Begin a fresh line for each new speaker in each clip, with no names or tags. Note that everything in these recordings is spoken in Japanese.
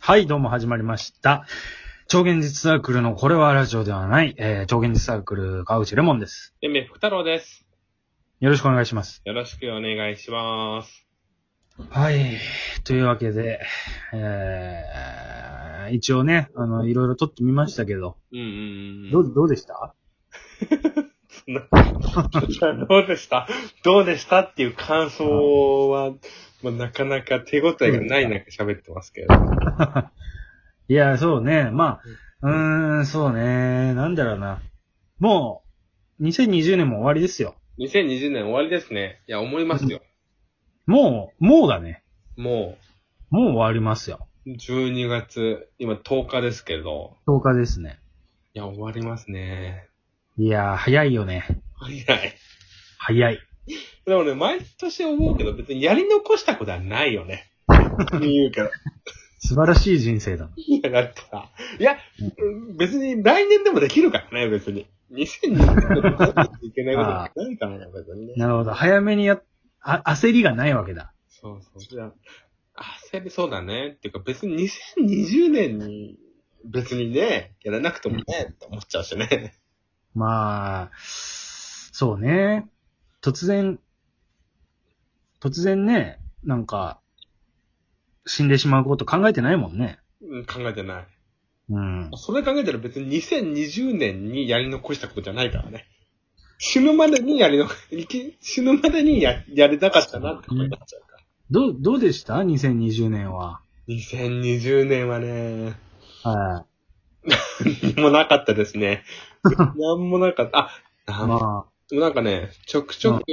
はい、どうも始まりました。超現実サークルのこれはラジオではない、えー、超現実サークル川口レモンです。
で、め福太郎です。
よろしくお願いします。
よろしくお願いします。
はい、というわけで、えー、一応ね、あの、いろいろ撮ってみましたけど、
うんうんうん。
どう、どうでした
そんな どうでしたどうでしたっていう感想は、まあ、なかなか手応えがない中喋ってますけど。
いや、そうね、まあ、うーん、そうね、なんだろうな。もう、2020年も終わりですよ。
2020年終わりですね。いや、思いますよ。
もう、もうだね。
も
もう終わりますよ。
う、12月、今10日ですけど、
10日ですね。
いや、終わりますね。
いや、早いよね。
早い。
早い。
でもね、毎年思うけど、別にやり残したことはないよね。言うけど。
素晴らしい人生だ。
いや、だってさ、いや、別に来年でもできるからね、別に。2020年でもいけないことはないからね、別にね。
なるほど。早めにや、あ、焦りがないわけだ。
そうそう。じゃあ、焦りそうだね。っていうか、別に2020年に、別にね、やらなくてもね、って思っちゃうしね。
まあ、そうね。突然、突然ね、なんか、死んでしまうこと考えてないもんね。
うん考えてない。
うん。
それ考えたら別に2020年にやり残したことじゃないからね。死ぬまでにやりの、生き死ぬまでにや、やりたかったなってことになっちゃうから。
どう、どうでした ?2020 年は。
2020年はね、
は
何 もなかったですね。 何もなかった。あ、
い。
なん
ま
でもなんかね、ちょくちょく、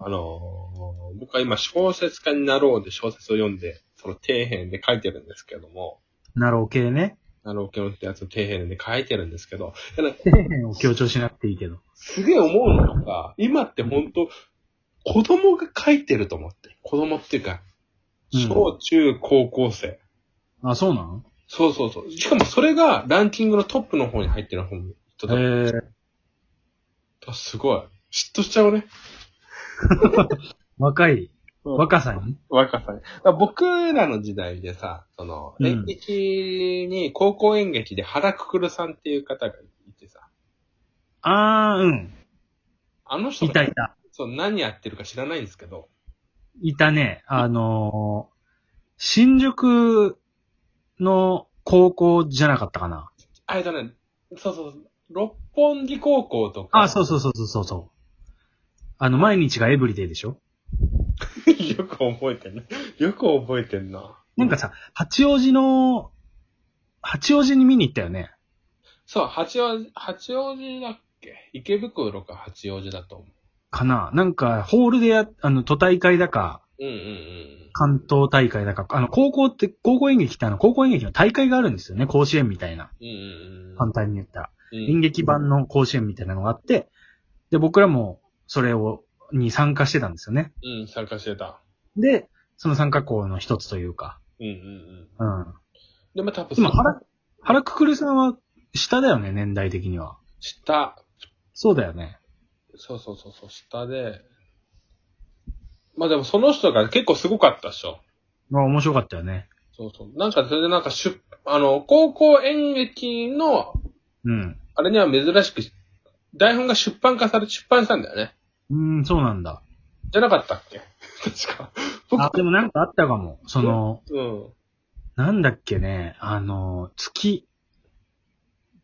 あのー僕は今小説家になろうで小説を読んで、その底辺で書いてるんですけども、
あ、なるお系ね。
なろうけのってやつの底辺で書いてるんですけど、いやなんか
底辺を強調しなくていいけど。
すげえ思うのが、今って本当子供が書いてると思って。子供っていうか、
うん
小中高校生。
あ、そうなの
そうそうそう。しかもそれがランキングのトップの方に入ってる本人だ
えー、
あすごい。嫉妬しちゃうね。
若い、
うん
若さに
若さね。だから僕らの時代でさ、その、
うん
演劇に、高校演劇で原くくるさんっていう方がいてさ、
あー、うん。
あの人
いた
が
いた。
そう何やってるか知らないんですけど、
いたね。あのー新宿の高校じゃなかったかな。
あれだね、そうそうそう、六本木高校とか、
あ、そうそうそうそうそうそう。あの、毎日がエブリデイでしょ
よく覚えてんな。よく覚えてんな。
なんかさ、八王子の、八王子に見に行ったよね。
そう、八王子、八王子だっけ池袋か八王子だと思
かななんか、ホールでや、あの、都大会だか、
う。うんうんうん。
関東大会だか、あの、高校って、高校演劇ってあの、高校演劇の大会があるんですよね。甲子園みたいな。
うんうんうん。
簡単に言ったら。
うん
演劇版の甲子園みたいなのがあって、で、僕らも、それを、に参加してたんですよね。
うん、参加してた。
で、その参加校の一つというか。
うんうんうん。
うん。
でも多分、
今、原、原くくるさんは下だよね、年代的には。
下、
そうだよね。
そうそうそうそう、下で。まあでもその人が結構すごかったっしょ。
まあ面白かったよね。
そうそう。なんかそれでなんか出、あの、高校演劇の、
うん。
あれには珍しく、台本が出版化され、出版したんだよね。
うん、そうなんだ。
じゃなかったっけ確か。僕
あ、でもなんかあったかも。その、
うん。
なんだっけね、あの、月、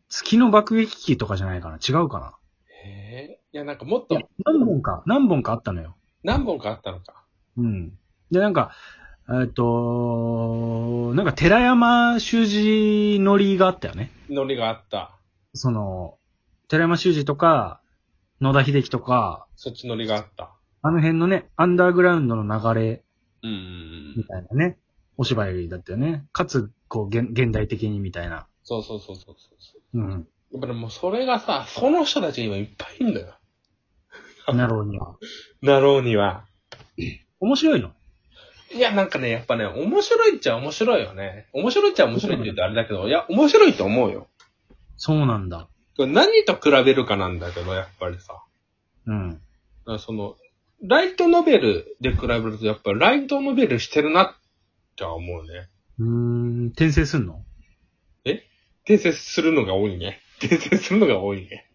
月の爆撃機とかじゃないかな。違うかな。
へえ。いや、なんかもっ
い
と
や、何本か、何本かあったのよ。
何本かあったのか。
うん。で、なんか、えっと、なんか寺山修司乗りがあったよね。
ノリがあった。
その、寺山修司とか、野田秀樹とか、
そっちノリがあった。
あの辺のね、アンダーグラウンドの流れ
うんうんう
み
ん。
たいなね、お芝居だったよね。かつ、こう、現現代的にみたいな。
そうそうそうそうそう。
うん。
やっぱりもうそれがさ、その人たちが今いっぱいいるんだよ。
なろうには。
なろうには。
面白いの
いや、なんかね、やっぱね、面白いっちゃ面白いよね。面白いっちゃ面白いって言うとあれだけど、いや、面白いと思うよ。
そうなんだ。
何と比べるかなんだけど、やっぱりさ。だか
うん。
らその、ライトノベルで比べると、やっぱライトノベルしてるなって思うね。
うーん、転生すんの
転生するのが多いね。 転生するのが多いね。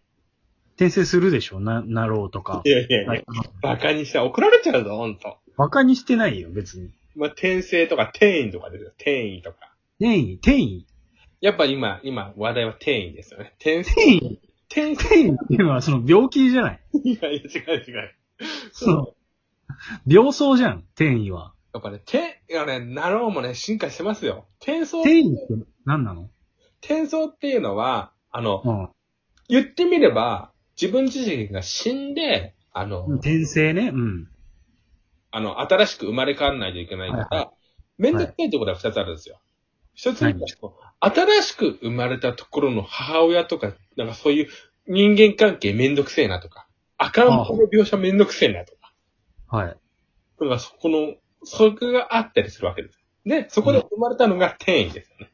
転生するでしょな、なろうとか
い。やいやいや、
はい
バカにしたら怒られちゃうぞ、ほんと。
バカにしてないよ、別に。
まあ、転生とか転移とかですよ。転移とか。
転移、転移。
やっぱ今、今、話題は転移ですよね。転生、
転移、
転生
転移っていうのはその病気じゃない。
いやいや、違う違う。
そう。病巣じゃん、転移は。
やっぱね、て、いやね、なろうもね、進化してますよ。転送、
転移って何なの
転送っていうのは、あの、
うん。
言ってみれば、自分自身が死んで、あの、
転生ね、うん。
あの、新しく生まれ変わらないといけないから、
はい
めんどくさいところが二つあるんですよ。一つ目は
何
新しく生まれたところの母親とか、なんかそういう人間関係めんどくせえなとか、赤ん坊の描写めんどくせえなとか、
はい。
なんかそこの、そこがあったりするわけです。で、そこで生まれたのが転移ですよね。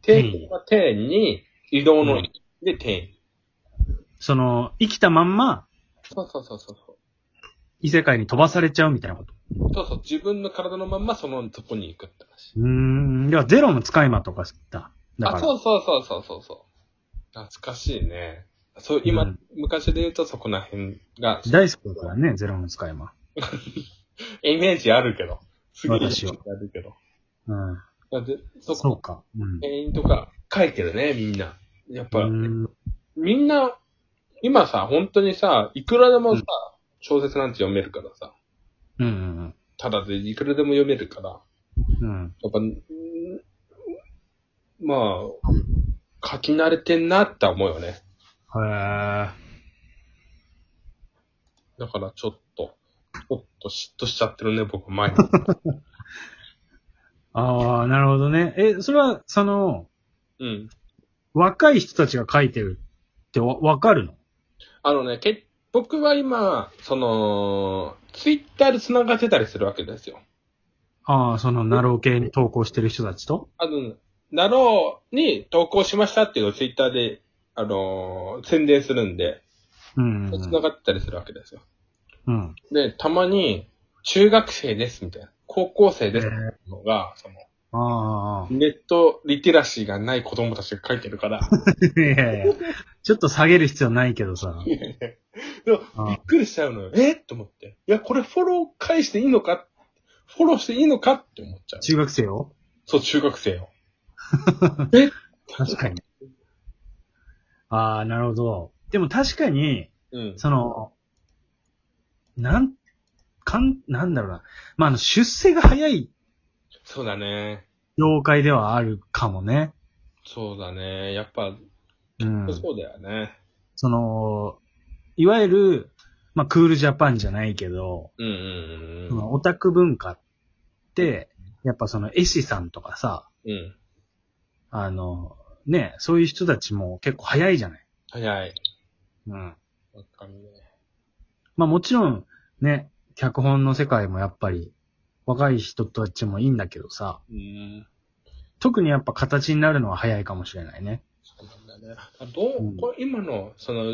転移は転移に移動の移、で転移。
その、生きたまんま、
そうそうそうそうそう。
異世界に飛ばされちゃうみたいなこと。
そうそう、自分の体のまんまそのとこに行くって話。
うーん。では、ゼロの使い魔とかだ。だから。
あ、そうそうそうそうそうそう。懐かしいね。そう、今、
うん
昔で言うとそこら辺が、
大好きだからね、ゼロの使い魔。
イメージあるけど。すげえイメー
私
ジあ
は
るけど。
うん。
だって、そ
そ
こ
う、か。うん。
店員とか書いてるね、みんな。やっぱ、
うーん
みんな、今さ、本当にさ、いくらでもさ、小説なんて読めるからさ、
うん。
ただでいくらでも読めるから、
うん。うん。
やっぱ、んまあ、書き慣れてんなって思うよね。
へ
だからちょっと、ちょっと嫉妬しちゃってるね、僕、前に。う
ああ、なるほどね。え、それは、その、
ん。
若い人たちが書いてるってわ、わかるの
あのね、け僕は今、その、ツイッターで繋がってたりするわけですよ。
ああ、その、ナロー系に投稿してる人たちと
あの、なろうに投稿しましたっていうのをツイッターで、あのー宣伝するんで、
うん。
繋がってたりするわけですよ。
うん。
で、たまに、中学生です、みたいな。高校生
え
です、
ー
のが、その、
ああ。
ネットリテラシーがない子供たちが書いてるから、
いやいやちょっと下げる必要ないけどさ。
でも
あ
びっ
あ
くりしちゃうのよ。えっと思って。いや、これフォロー返していいのかフォローしていいのかって思っちゃう。
中学生を
そう、中学生よ。え
確かに。ああ、なるほど。でも確かに、
うん。
その、なん、かん、なんだろうな。まあ、あの、出世が早い
そうだね。
業界ではあるかもね。
そうだね。やっぱ、
うん。
そうだよね。
その、いわゆる、まあ、クールジャパンじゃないけど、
うんうん
そ
うん
のオタク文化って、やっぱその、絵師さんとかさ、
うん。うん。
あの、ね、そういう人たちも結構早いじゃない。
早い。
うん。
わかるね。
まあもちろん、ね、脚本の世界もやっぱり、若い人たちもいいんだけどさ、
うん。
特にやっぱ形になるのは早いかもしれないね。
そうなんだね。あど
う
う、
ん
これ今の、その、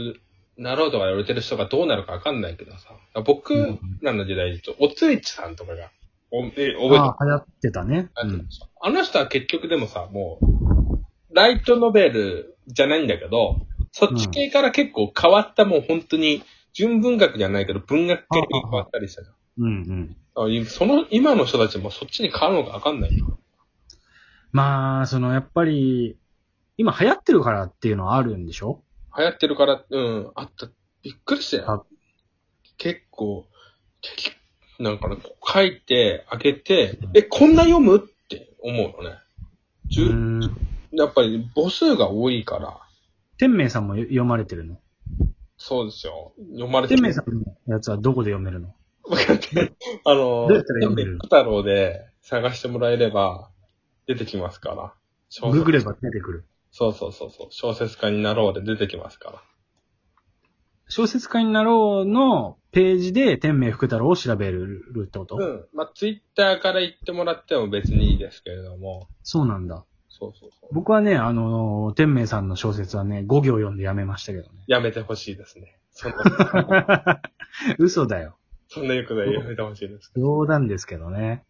なろうとか言われてる人がどうなるかわかんないけどさ。僕
うん
らの時代で言うと、おついちさんとかが、おえ覚えてる
ああ、流行ってたね。
あ
う
の
ん。
あの人は結局でもさ、もう、ライトノベルじゃないんだけど、そっち系から結構変わった、もう本当に、純文学じゃないけど、文学系に変わったりしたじ
うんうん。
ゃん。あいその、今の人たちもそっちに変わるのかわかんないよ。
まあ、そのやっぱり、今流行ってるからっていうのはあるんでしょ
流行ってるから、うん、あった。びっくりした
あ
よ。結構、結なんかね、こう書いて、あげて、え、こんな読むって思うよね。
う
十
ん。
やっぱり母数が多いから、
天明さんも読まれてるの
そうですよ。読まれて
天
る
明さんのやつはどこで読めるの
わかって。 あの
どうやったら読める
天太郎で探してもらえれば出てきますから。小
ググ
説
れば出てくる。
そうそうそうそう。小説家になろうで出てきますから。
小説家になろうのページで天明福太郎を調べるってこと、
うん。まあ、ツイッターから言ってもらっても別にいいですけれども。
そうなんだ。
そうそうそう。
僕はね、あのー天明さんの小説はね、5行読んでやめましたけどね。
やめてほしいですね。そん な、
嘘だよ。
そんな欲でやめてほしいです。
冗談ですけどね。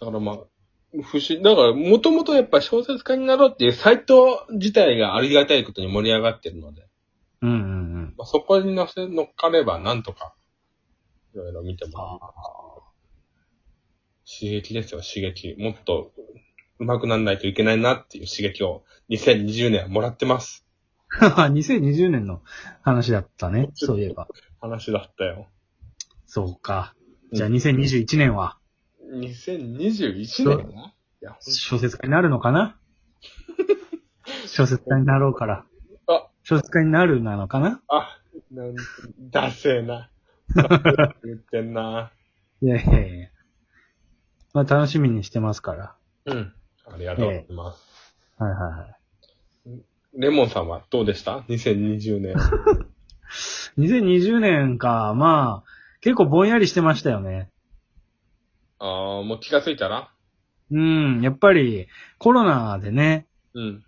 だからまあ、不思議。だから、もともとやっぱ小説家になろうっていうサイト自体がありがたいことに盛り上がってるので、
うんうんうん。
まあ、そこに乗せ、乗っかればなんとか、いろいろ見ても
あ
刺激ですよ、刺激。もっと上手くならないといけないなっていう刺激を2020年はもらってます。
あ。2020年の話だった ね。そういえば。
話だったよ。
そうか。じゃあ2021年は
2021年ね。いや、
小説家になるのか な小説家になろうから。
あ
小説家になるなのかな
あ、なん、ダセーな。言ってんな。
いやいやいや。まあ楽しみにしてますから。
うん。ありがとうございます。
はいはいはい。
レモンさんはどうでした ?2020 年。
2020年か、まあ、結構ぼんやりしてましたよね。
ああ、もう気がついたら
うん、やっぱりコロナでね、
うん。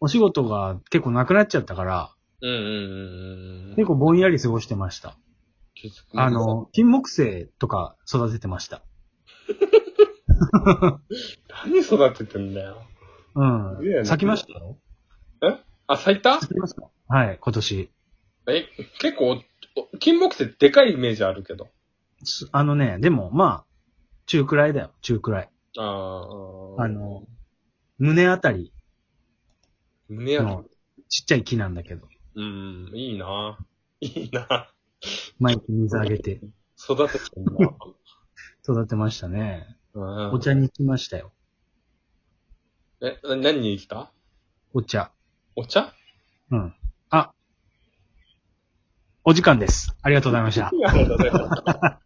お仕事が結構なくなっちゃったから、
うんうんうんうん。
結構ぼんやり過ごしてました。
気づく
あ、の、金木犀とか育ててました。
何育ててんだよ。
う
いや
ん。咲きましたよ
あ、咲いた
咲きましたはい、今年。
え、結構、お金木犀でかいイメージあるけど。
すあのね、でもまあ、中くらいだよ、中くらい。
ああ。
あの、胸あたり
胸や
のちっちゃい木なんだけど、
うん、いいな。いいな。
毎日水あげて
育ててんだ。
育てましたね。
お
お茶に行きましたよ、
え、な何に来た
お茶。
お茶
うん。あ、お時間です。ありがとうございました。
ありがとうございました。